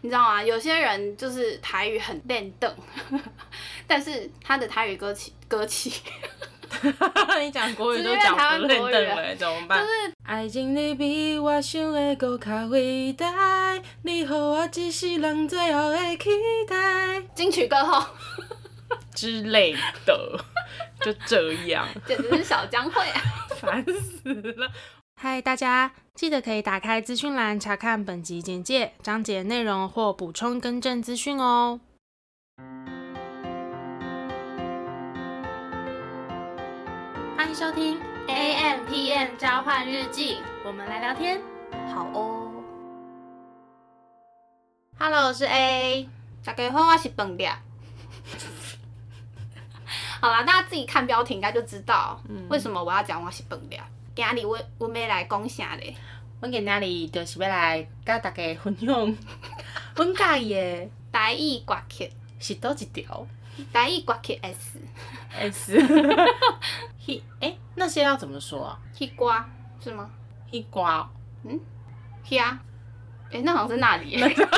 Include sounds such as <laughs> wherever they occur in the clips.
你知道吗？有些人就是台语很练邓， <laughs> 但是他的台语歌曲歌曲 <laughs> 你讲国语直都接讲台不湾认国语得了了，怎么办？就是爱情你比我想的搁较伟大，你予我一世人最后的期待金曲歌后，之类的， <laughs> 就这样，简直是小江啊惠。烦死了。嗨，大家记得可以打开资讯栏查看本集简介、章节内容或补充更正资讯哦。欢迎收听 A M P M 交换日记，我们来聊天。 <laughs> 好哦。 Hello，我是 A。大家 <laughs> 好，我是本嗲。好啦，大家自己看标题应该就知道嗯为什么我要讲我是本嗲。今日我我要来讲啥嘞？我今仔日就是要来甲大家分享， <laughs> 阮介意的台语歌曲，是倒一条台语歌曲 S， <laughs> S。迄哎、那些要怎么说啊？迄歌是吗？迄歌哦是啊，诶、那好像是那里耶。 <laughs>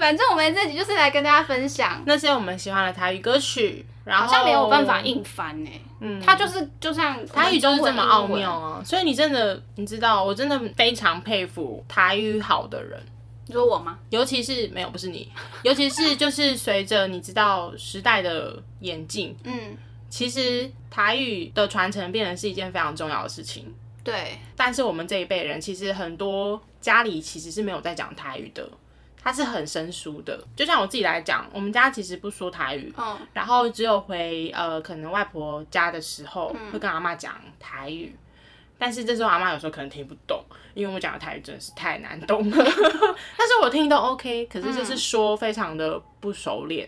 反正我们这集就是来跟大家分享，那些我们喜欢的台语歌曲，然后好像没有办法，硬翻呢、哦嗯，它就是就像台语就是这么我们奥妙中文英文，啊！所以你真的，你知道，我真的非常佩服台语好的人，你说我吗？尤其是没有不是你，尤其是就是随着你知道时代的演进，嗯，其实台语的传承变成是一件非常重要的事情。对，但是我们这一辈人，其实很多家里其实是没有在讲台语的，它是很生疏的。就像我自己来讲，我们家其实不说台语，嗯然后只有回呃可能外婆家的时候，会跟阿妈讲台语。但是这时候阿妈有时候可能听不懂，因为我讲的台语真的是太难懂了。但是我听都 OK，可是就是说非常的不熟练。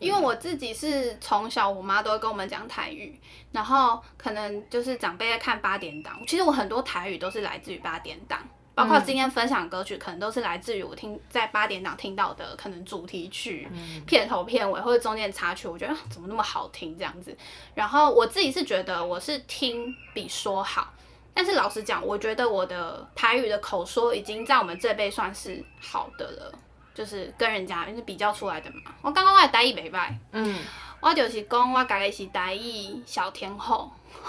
因为我自己是从小我妈都会跟我们讲台语，然后可能就是长辈在看八点档，其实我很多台语都是来自于八点档。包括今天分享歌曲，可能都是来自于我听在八点档听到的，可能主题曲、片头、片尾或者中间插曲，我觉得、啊、怎么那么好听这样子。然后我自己是觉得我是听比说好，但是老实讲，我觉得我的台语的口说已经在我们这辈算是好的了，就是跟人家就是比较出来的嘛。我刚刚我的台语袂歹，嗯，我就是讲我家己是台语小天后， <laughs>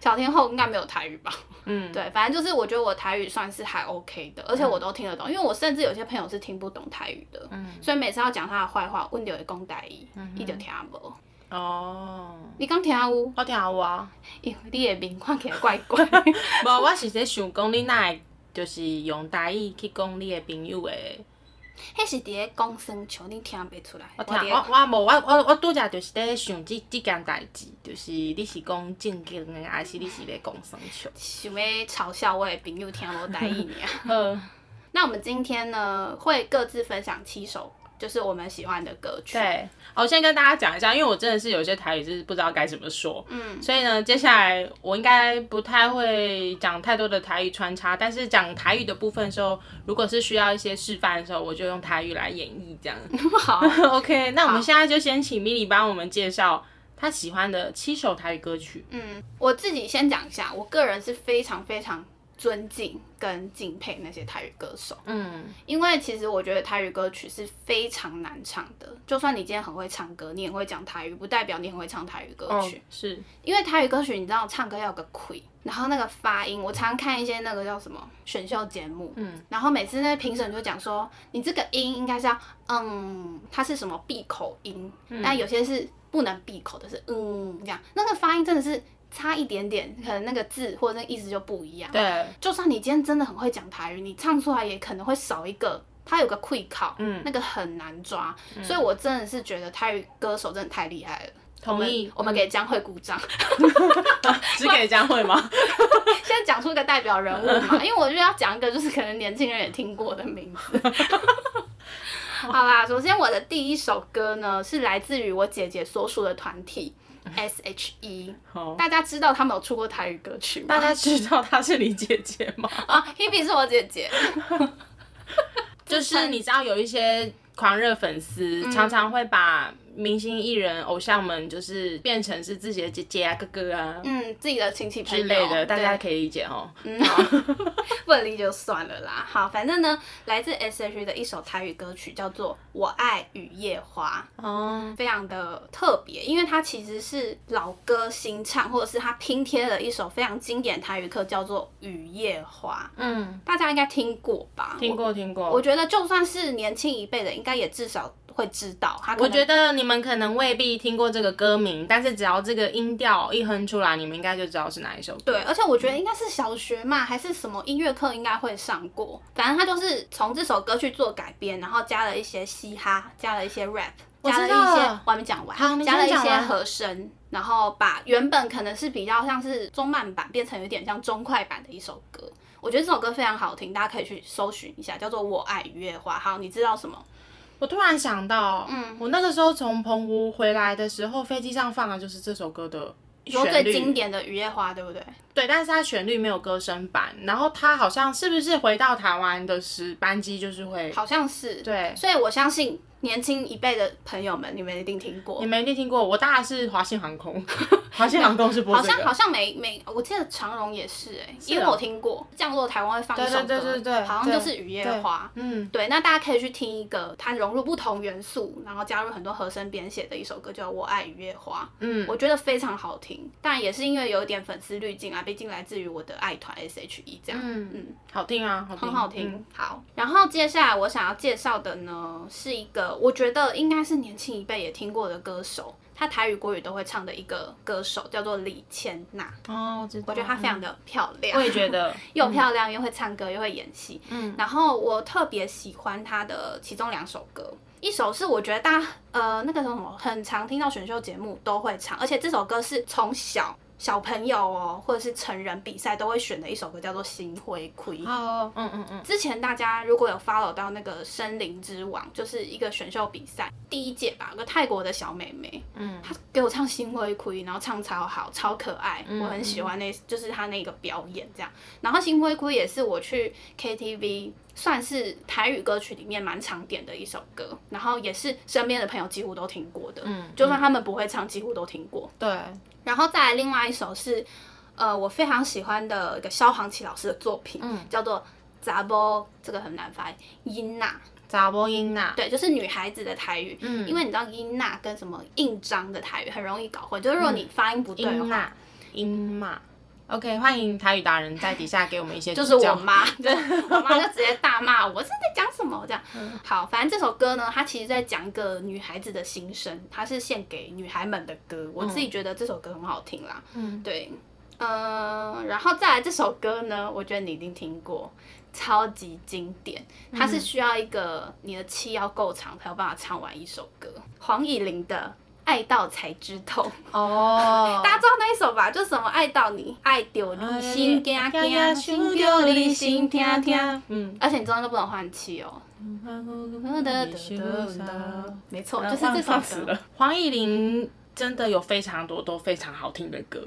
小天后应该没有台语吧？嗯，对，反正就是我觉得我台语算是还 OK 的，而且我都听得懂，因为我甚至有些朋友是听不懂台语的，嗯所以每次要讲他的坏话，阮就会讲台语，伊、就听无。哦，你讲听有，我听有啊，因为你的面看起来怪 <laughs> 怪。无我是在想讲你哪会就是用台语去讲你的朋友的。迄是伫咧讲生笑，你听袂出来。我听伫咧我我无我我我拄则就是在想即即件代志，就是你是讲正经的，还是你是咧讲生笑？想要嘲笑我的朋友听无台语尔。呃，那我们今天呢，会各自分享七首，就是我们喜欢的歌曲。对，好我先跟大家讲一下，因为我真的是有些台语就是不知道该怎么说，嗯，所以呢，接下来我应该不太会讲太多的台语穿插，但是讲台语的部分的时候，如果是需要一些示范的时候，我就用台语来演绎 <laughs> 这样。 <laughs> 好， OK，那我们现在就先请米莉帮我们介绍她喜欢的七首台语歌曲。嗯，我自己先讲一下，我个人是非常非常尊敬跟敬佩那些台语歌手，嗯因为其实我觉得台语歌曲是非常难唱的，就算你今天很会唱歌，你也会讲台语，不代表你很会唱台语歌哦曲。，是因为台语歌曲，你知道唱歌要有个气，然后那个发音，我常看一些那个叫什么选秀节目，嗯，然后每次那评审就讲说，你这个音应该是要嗯，它是什么闭口音，嗯那、有些是不能闭口的，是嗯这样，那个发音真的是差一点点，可能那个字或者那个意思就不一样。对。就算你今天真的很会讲台语，你唱出来也可能会少一个，它有个会考，嗯那个很难抓，所以我真的是觉得台语歌手真的太厉害了。同意嗯我们我们给江惠鼓掌。 <laughs> 只给江惠 <laughs> 吗？现在讲出一个代表人物 <laughs> 嘛，因为我就要讲一个就是可能年轻人也听过的名字。 <laughs> 好啦，首先我的第一首歌呢是来自于我姐姐所属的团体 S.H.E，嗯好，大家知道他们有出过台语歌曲吗？ <laughs> 大家知道她是你姐姐吗？啊，Hebe 是我姐姐，嗯就是你知道有一些狂热粉丝，常常会把明星艺人、偶像们就是变成是自己的姐姐啊、哥哥啊。嗯，自己的亲戚朋友之类的，大对家嗯可以理解哦。 <laughs> 不能理解就算了啦。好，反正呢，来自 S.H.E 的一首台语歌曲叫做《我爱雨夜花哦》，，非常的特别，因为它其实是老歌新唱，或者是它拼贴了一首非常经典的台语歌，叫做《雨夜花》，嗯，大家应该听过吧？听过听过。我。我觉得就算是年轻一辈的，应该也至少会知道。他可我能觉得你们可能未必听过这个歌名，但是只要这个音调一哼出来，你们应该就知道是哪一首歌。对，而且我觉嗯得应该是小学嘛，还是什么音乐课应该会上过。反正他就是从这首歌去做改编，然后加了一些嘻哈，加了一些 rap，我加了知一道些了我还没讲完好，你加了先一讲些完和声，然后把原本可能是比较像是中慢版，变成有点像中快版的一首歌。我觉得这首歌非常好听，大家可以去搜寻一下，叫做《我爱雨夜花》。好，你知道什么？我突然想到，嗯，我那个时候从澎湖回来的时候，飞机上放的就是这首歌的说旋最经律，典的《雨夜花》，对不对？对，但是它旋律没有歌声版，然后它好像是不是回到台湾的时班机就是会，好像是。对所以我相信年轻一辈的朋友们，你们一定听过。你们一定听过，我搭的是华信航空，华信航空 <laughs> 是播好这像个好，像没没，我记得长荣也是哎、因为哦我听过降落台湾会放一首歌，对对对对对好像就是雨夜花。嗯，对，那大家可以去听一个，它融入不同元素，然后加入很多和声编写的一首歌，叫《我爱雨夜花》。嗯，我觉得非常好听。当然也是因为有一点粉丝滤镜啊，毕竟来自于我的爱团 S.H.E 这样。嗯嗯好听啊，好听，很好听、嗯好，然后接下来我想要介绍的呢，是一个我觉得应该是年轻一辈也听过的歌手，他台语、国语都会唱的一个歌手，叫做李千娜。哦，我知道，我觉得她非常的漂亮，我也觉 <laughs> 得 <laughs> 又漂亮又会唱歌又会演戏。嗯，然后我特别喜欢她的其中两首歌，一首是我觉得大家呃那个什么很常听到选秀节目都会唱，而且这首歌是从小小朋友哦或者是成人比赛都会选的一首歌，叫做《心灰灰》。哦，嗯嗯嗯，之前大家如果有 follow 到那个《森林之王》，就是一个选秀比赛第一届吧，有个泰国的小妹妹，嗯，她给我唱《心灰灰》，然后唱超好，超可爱，嗯我很喜欢那，就是她那个表演这样。然后《心灰灰》也是我去 KTV 算是台语歌曲里面蛮常点的一首歌，然后也是身边的朋友几乎都听过的，嗯就算他们不会唱，几乎都听过。对，然后再来另外一首是，呃，我非常喜欢的一个萧煌奇老师的作品，叫做《杂波》，这个很难发音，音娜，杂波音呐，对，就是女孩子的台语，因为你知道音娜跟什么印章的台语很容易搞混，就是如果你发音不对的音话，呐，音嘛。OK，欢迎台语达人在底下给我们一 <laughs> 些就是指我教妈，对， <laughs> 我妈就直接大骂我，是在讲什么这样。好，反正这首歌呢，它其实在讲一个女孩子的心声，它是献给女孩们的歌。我自己觉得这首歌很好听啦，嗯，对，嗯，然后再来这首歌呢，我觉得你一定听过，超级经典，它是需要一个你的气要够长才有办法唱完一首歌。黄以玲的《爱到才知痛》，哦大家知道那一首吧？就什么爱到你，爱丢你心惊呃惊，心丢你心听听。。嗯，而且你中间都不能换气哦。嗯没错，就是这首唱死歌。了。黄以玲真的有非常多都非常好听的歌，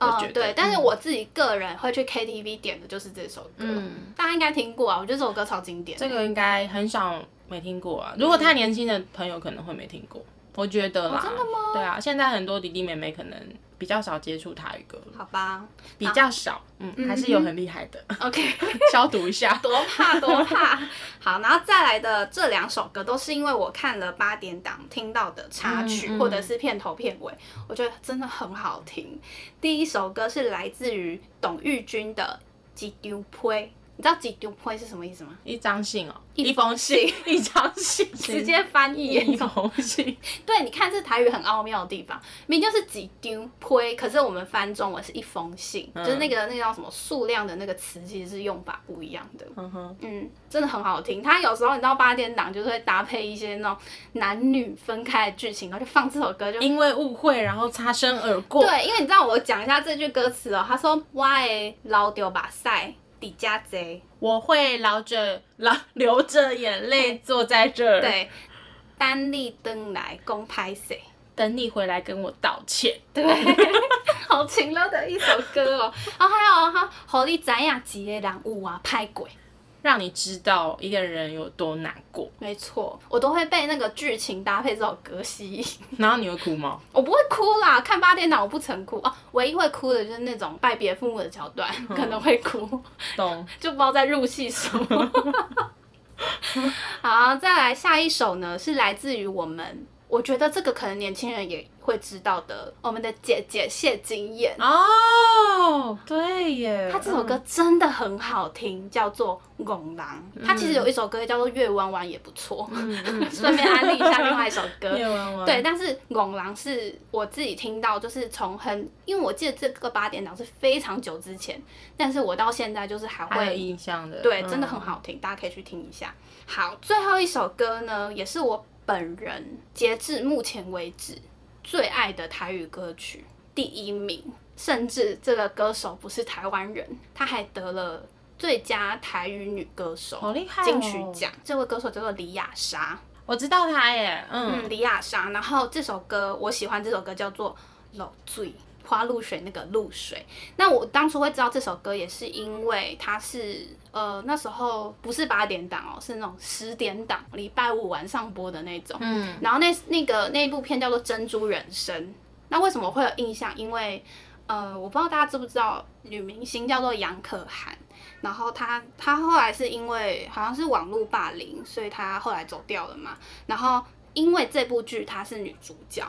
我觉嗯，得。对，但是我自己个人会去 KTV 点的就是这首歌，嗯大家应该听过啊，我觉得这首歌超经典。这个应该很少没听过啊。如果太年轻的朋友可能会没听过，我觉得哦啦。真的吗？对啊，现在很多弟弟妹妹可能比较少接触台语歌，嗯好 <laughs> 吧比啊较少，嗯，还是有很厉害的。 ，OK， <laughs> 消毒一下。多怕多怕。好，然后再来的这两首歌都是因为我看了八点档听到的插曲、嗯嗯或者是片头片尾，我觉得真的很好听。第一首歌是来自于董玉君的《几丢呸》，你知道“几丢呸”是什么意思吗？一张信哦， <laughs> 一一封信， <laughs> 一张信，直接翻译耶，一封信。对，你看这台语很奥妙的地方，明明就是几丢呸，可是我们翻中文是一封信，嗯就是那个那个叫什么数量的那个词，其实是用法不一样的。嗯哼，嗯，真的很好听。它有时候你知道八点档就是会搭配一些那种男女分开的剧情，然后就放这首歌就。因为误会然后擦身而过。对，因为你知道我讲一下这句歌词哦，他说我的老丢把塞底加贼，我会老着老流着眼泪坐在这儿，，对，单立登来公拍谁。等你回来跟我道歉。 <laughs> 好哦情乐的一首歌哦。然后还有哈，好你知影一个人有啊，拍鬼，让你知道一个人有多难过。没错，我都会被那个剧情搭配这首歌吸引。然后你会哭吗？我不会哭啦，看八点档我不曾哭哦、唯一会哭的就是那种拜别父母的桥段，可能会哭，懂？就不知道在入戏什么。好，再来下一首呢，是来自于我们，我觉得这个可能年轻人也会知道的，我们的姐姐谢金燕。哦，对耶，她这首歌真的很好听，叫做《拱狼》。嗯她其实有一首歌叫做《月弯弯》，也不错。 <laughs> 顺便安利一下另外一首 <laughs> 歌。夜嗯弯弯，对，，但是拱狼是我自己听到，就是从很，因为我记得这个八点档是非常久之前，但是我到现在就是还还有会，印象的，对，嗯真的很。好听，大家可以去听一下。好，最后一首歌呢，也是我本人截至目前为止最爱的台语歌曲第一名，甚至这个歌手不是台湾人，他还得了最佳台语女歌手好厉害哦金曲奖，这位歌手叫做李雅莎。我知道他耶，嗯，嗯，李雅莎。然后这首歌我喜欢，这首歌叫做《漏醉》，花露水那个露水。那我当初会知道这首歌，也是因为它是呃那时候不是八点档哦，是那种十点档，礼拜五晚上播的那种。嗯，然后那那个那一部片叫做《珍珠人生》。那为什么会有印象？因为呃，我不知道大家知不知道，女明星叫做杨可涵。然后她她后来是因为好像是网络霸凌，所以她后来走掉了嘛。然后因为这部剧她是女主角，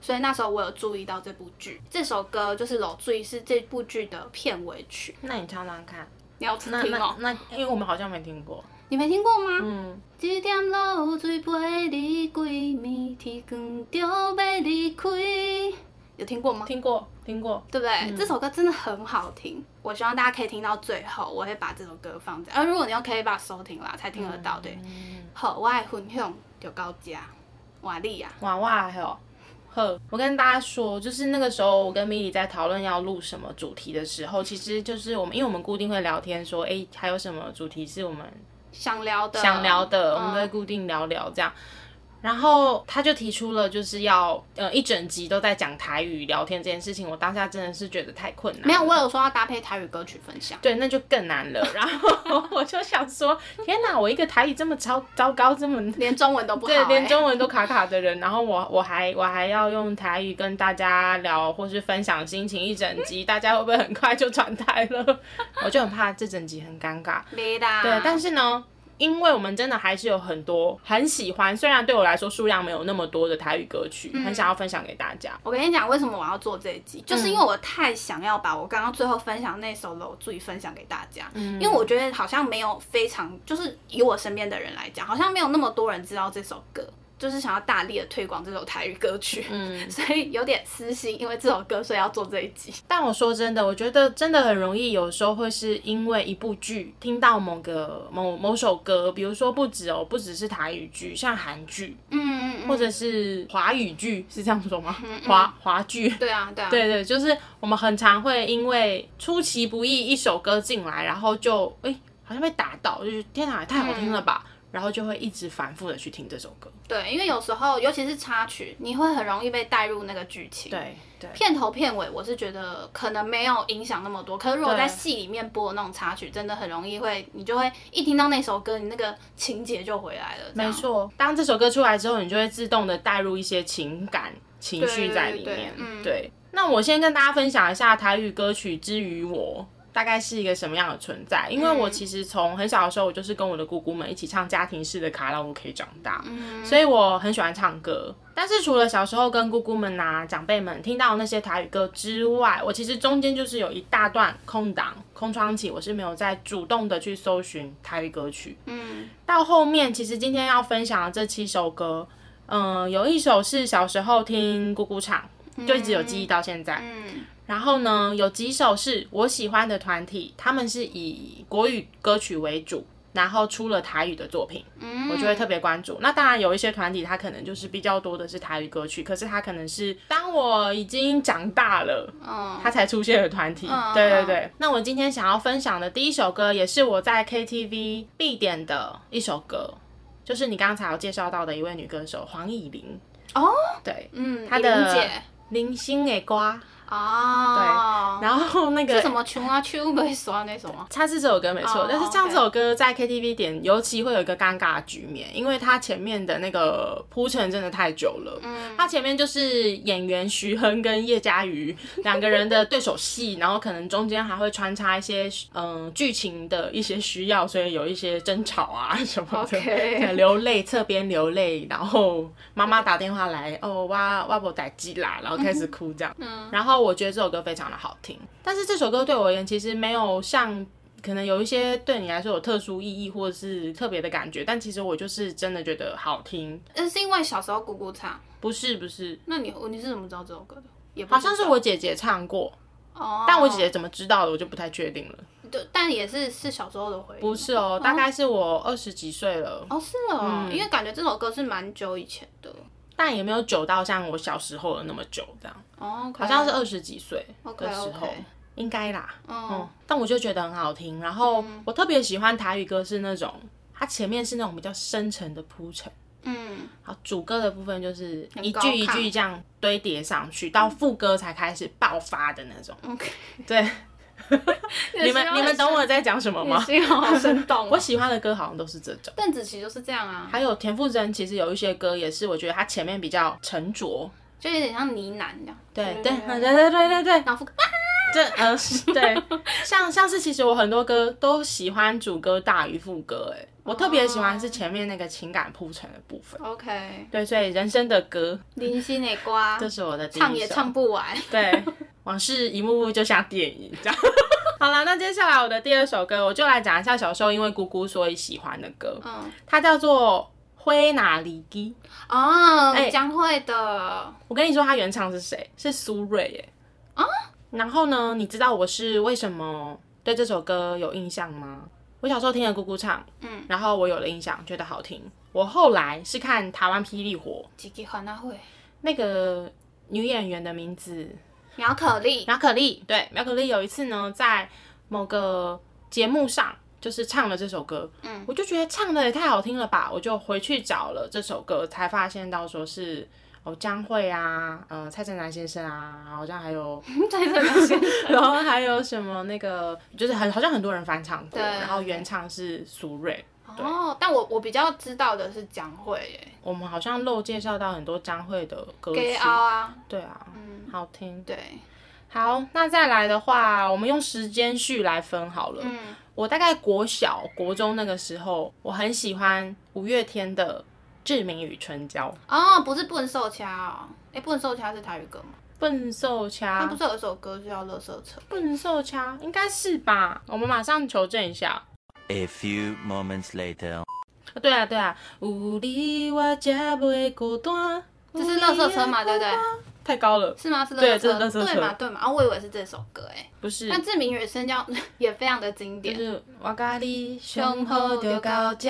所以那时候我有注意到这部剧。这首歌就是《楼注意》是这部剧的片尾曲，那你唱唱看，你要那听那哦？那，因为我们好像没听过，你没听过吗？嗯，一点露水陪你几暝，天光就要离开。有听过吗？听过，听过，对不对？这首歌真的很好听，我希望大家可以听到最后，我会把这首歌放在，呃，如果你用 K 把收听啦，才听得到。嗯对，好，我爱分享就到这，啊瓦力呀、娃娃还有。呵，哦我跟大家说，就是那个时候我跟米莉在讨论要录什么主题的时候，其实就是我们，因为我们固定会聊天说，哎、还有什么主题是我们想聊的，想聊的，我们嗯都会固定聊聊这样。然后他就提出了，就是要呃一整集都在讲台语聊天这件事情，我当下真的是觉得太困难了。没有，我有说要搭配台语歌曲分享。对，那就更难了。然后我就想说，天哪，我一个台语这么糟糟糕，这么连中文都不好、对，欸，连中文都卡卡的人，然后我我还我还要用台语跟大家聊，或是分享心情一整集，大家会不会很快就转台了？ <laughs> 我就很怕这整集很尴尬。没啦。对，但是呢，因为我们真的还是有很多很喜欢，虽然对我来说数量没有那么多的台语歌曲，很想要分享给大家。我跟你讲，为什么我要做这一集，就是因嗯为我太想要把我刚刚最后分享那首《楼注意》分享给大家，嗯因为我觉得好像没有非常，就是以我身边的人来讲，好像没有那么多人知道这首歌，就是想要大力的推广这首台语歌曲，嗯所以有点私心，因为这首歌所以要做这一集。但我说真的，我觉得真的很容易，有时候会是因为一部剧听到某个某某首歌，比如说不止哦，不只是台语剧，像韩剧嗯嗯或者是华语剧，是这样说吗？华华剧。对啊对啊，对对，就是我们很常会因为出其不意一首歌进来，然后就哎、好像被打到，就是天哪，也太好听了吧，然后就会一直反复的去听这首歌。对，因为有时候尤其是插曲，你会很容易被带入那个剧情。对对，片头片尾，我是觉得可能没有影响那么多。可是如果对在戏里面播的那种插曲，真的很容易会，你就会一听到那首歌，你那个情节就回来了。这样没，错。当这首歌出来之后，你就会自动的带入一些情感情绪在里对对面。对嗯那我先跟大家分享一下台语歌曲之于我。大概是一个什么样的存在？因嗯为我其实从很小的时候，我就是跟我的姑姑们一起唱家庭式的卡拉 OK 长大，嗯所以我很喜欢唱歌。但是除了小时候跟姑姑们啊、长辈们听到那些台语歌之外，我其实中间就是有一大段空档、空窗期，我是没有在主动的去搜寻台语歌曲。嗯，到后面，其实今天要分享的这七首歌，嗯、有一首是小时候听姑姑唱，就一直有记忆到现在。嗯，然后呢，有几首是我喜欢的团体，他们是以国语歌曲为主，然后出了台语的作品，嗯我就会特别关注。那当然有一些团体，它可能就是比较多的是台语歌曲，可是它可能是当我已经长大了，嗯，它才出现的团体。嗯对对嗯对。那我今天想要分享的第一首歌，也是我在 KTV 必点的一首歌，就是你刚才有介绍到的一位女歌手黄以玲。哦，对，嗯，他以琳的姐《零星的瓜》哦，然后那是个什么穷啊，去乌北索啊那首吗？它是这首歌没错哦但是唱 OK 这首歌在 KTV 点，尤其会有一个尴尬的局面，因为它前面的那个铺陈真的太久了。嗯，它前面就是演员徐亨跟叶嘉瑜两个人的对手戏， <laughs> 然后可能中间还会穿插一些嗯剧、情的一些需要，所以有一些争吵啊什么的 OK 流泪侧边流泪，然后妈妈打电话来，哦哇哇我逮鸡啦，然后开始哭这样。然后我觉得这首歌非常的好听，但是这首歌对我而言其实没有像可能有一些对你来说有特殊意义或者是特别的感觉，但其实我就是真的觉得好听，那呃是因为小时候姑姑唱，不是不是，那你你是怎么知道这首歌的？也不好像是我姐姐唱过，哦，但我姐姐怎么知道的我就不太确定了。对，但也是是小时候的回忆。不是哦，嗯大概是我二十几岁了，哦，是哦，因为感觉这首歌是蛮久以前的，但也没有久到像我小时候的那么久这样，哦，好像是二十几岁的时候 OK，OK 应该啦。嗯嗯，但我就觉得很好听。然后我特别喜欢台语歌是那种，它前面是那种比较深沉的铺陈，嗯，好，主歌的部分就是很一高句一亢嗯句这样堆叠上去，到副歌才开始爆发的那种。 OK 对，你们你们懂我在讲什么吗？心好生动、啊啊我喜欢的歌好像都是这种。邓紫棋就是这样啊，还有田馥甄，其实有一些歌也是，我觉得它前面比较沉着，就有点像呢喃这样。对对对对对对对，然后副歌这呃是对，像像是其实我很多歌都喜欢主歌大于副歌，哎，我特别喜欢哦是前面那个情感铺陈的部分。 OK，对，所以人生的歌，林心的瓜，这是我的第一唱也首唱不完。对， <laughs> 往事一幕幕就像电影这样。 <laughs> 好了，那接下来我的第二首歌，我就来讲一下小时候因为姑姑所以喜欢的歌，嗯，它叫做《灰哪里基》。哦哎，江蕙的，我跟你说，他原唱是谁？是苏芮耶。啊？然后呢？你知道我是为什么对这首歌有印象吗？我小时候听了姑姑唱，嗯，然后我有了印象，觉得好听。我后来是看台湾霹雳火几个欢乐会，那个女演员的名字苗可丽， <laughs> 苗可丽，对，苗可丽有一次呢，在某个节目上就是唱了这首歌，嗯，我就觉得唱的也太好听了吧，我就回去找了这首歌，才发现到说是哦江蕙啊，呃蔡振南先生啊，好像还有， <laughs> 在这边先然后还有什么那个就是很好像很多人翻唱过，对然后原唱是苏芮。哦，但我我比较知道的是江蕙耶，我们好像漏介绍到很多张惠的歌曲给，凹啊，对啊，嗯，好听。对，好，那再来的话，我们用时间序来分好了。嗯，我大概国小、国中那个时候，我很喜欢五月天的《志明与春娇》。哦，不是不能受掐哦，哎，不能受掐是台语歌吗？笨兽他掐啊不，是有一首歌叫《乐色车》？笨兽掐，应该是吧？我们马上求证一下。 A few moments later. 啊对啊，对啊，有你我才袂孤单。这是垃圾车嘛对不对有你我太高了，是吗？是乐对色这是垃圾车对嘛对嘛？啊，我以为是这首歌哎，不是，但志明与深交 <laughs> 也非常的经就典，是我甲你胸口就到遮。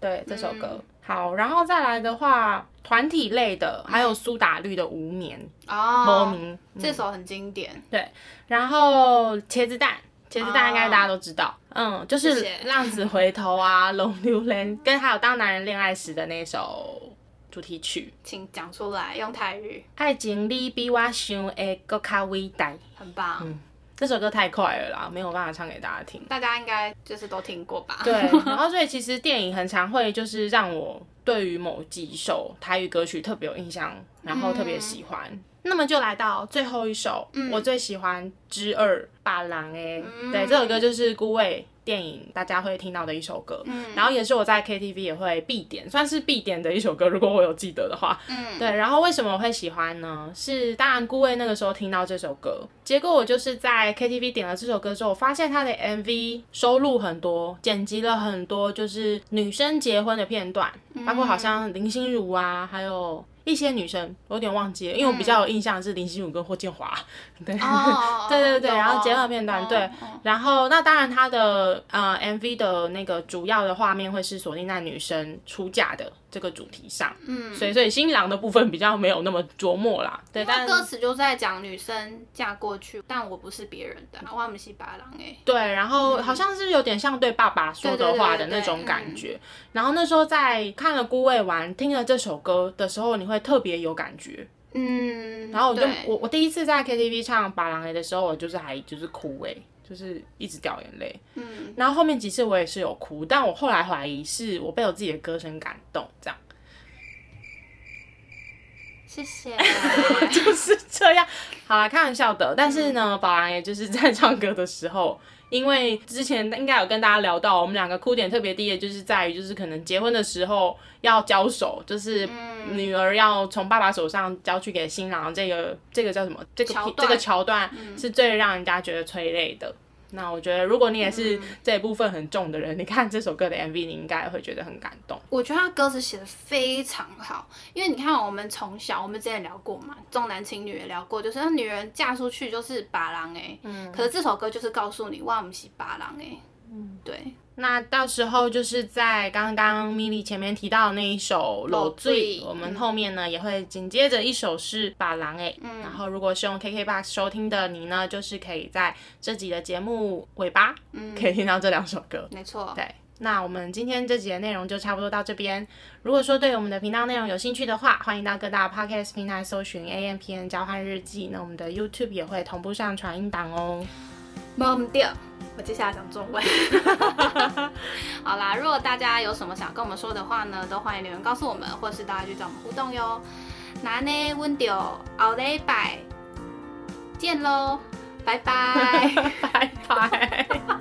对，这首歌、嗯好，然后再来的话，团体类的还有苏打绿的《无眠》无哦，眠，嗯这首很经典，对，然后茄子蛋，茄子蛋应该大家都知道，嗯，就哦谢是谢嗯《浪子回头》啊，《龙榴莲》，跟还有《当男人恋爱时》的那首主题曲。请讲出来，用台语，爱情你比我想的更较伟大，很棒，。嗯这首歌太快了啦，没有办法唱给大家听大家应该就是都听过吧？ <laughs> 对，然后所以其实电影很常会就是让我对于某几首台语歌曲特别有印象，然后特别喜欢。那么就来到最后一首，我最喜欢之二《把郎》哎，对，这首歌就是孤味电影大家会听到的一首歌，嗯然后也是我在 KTV 也会必点，算是必点的一首歌，如果我有记得的话，嗯对。然后为什么我会喜欢呢？是当然孤味那个时候听到这首歌，结果我就是在 KTV 点了这首歌之后，我发现它的 MV 收录很多，剪辑了很多就是女生结婚的片段，嗯包括好像林心如啊，还有。一些女生我有点忘记了，因为我嗯比较有印象的是林心如跟霍建华，对，哦， <laughs> 对对对，有然后哦结合片段，哦对哦，然后那当然它的呃 MV 的那个主要的画面会是锁定在女生出嫁的这个主题上，嗯，所以所以新郎的部分比较没有那么琢磨啦，对，那但歌词就在讲女生嫁过去，但我不是别人的，我们是白狼哎，对，然后好像是有点像对爸爸说的话对对对的对那种对嗯感觉。然后那时候在看了《孤味》完，听了这首歌的时候，你会特别有感觉，嗯，然后我就对我我第一次在 KTV 唱《把郎的时候，我就是还就是哭哎、就是一直掉眼泪。嗯然后后面几次我也是有哭，但我后来怀疑是我被我自己的歌声感动，这样谢 <laughs> 谢。就是这样。好啦，开玩笑的。但是嗯呢，宝郎也就是在唱歌的时候， <laughs> 因为之前应该有跟大家聊到，我们两个哭点特别低的就是在于，就是可能结婚的时候要交手，就是嗯女儿要从爸爸手上交去给新郎，这个这个叫什么？这个桥这个段嗯桥段是最让人家觉得催泪的。那我觉得，如果你也是嗯这一部分很重的人，你看这首歌的 MV，你应该会觉得很感动。我觉得他歌词写的非常好，因为你看我们从小，我们之前聊过嘛，重男轻女也聊过，就是那女人嫁出去就是把郎哎，嗯，可是这首歌就是告诉你，哇，我们是把郎哎，嗯，对，那到时候就是在刚刚米莉前面提到的那一首《漏漏醉》，水我们嗯后面呢也会紧接着一首是《把郎》哎，然后如果是用 KKBOX 收听的你呢，就是可以在这集的节目尾巴、可以听到这两首歌。没错，对，那我们今天这集的内容就差不多到这边。如果说对我们的频道内容有兴趣的话，欢迎到各大 podcast 平台搜寻 A M P N 交换日记。那我们的 YouTube 也会同步上传音档哦。 <laughs> 懵掉。我接下来讲中文。 <laughs> 好啦，如果大家有什么想跟我们说的话呢，都欢迎留言告诉我们，或是到 IG 找我们互动哟。那呢，温丢，后礼拜见喽，拜拜。拜拜。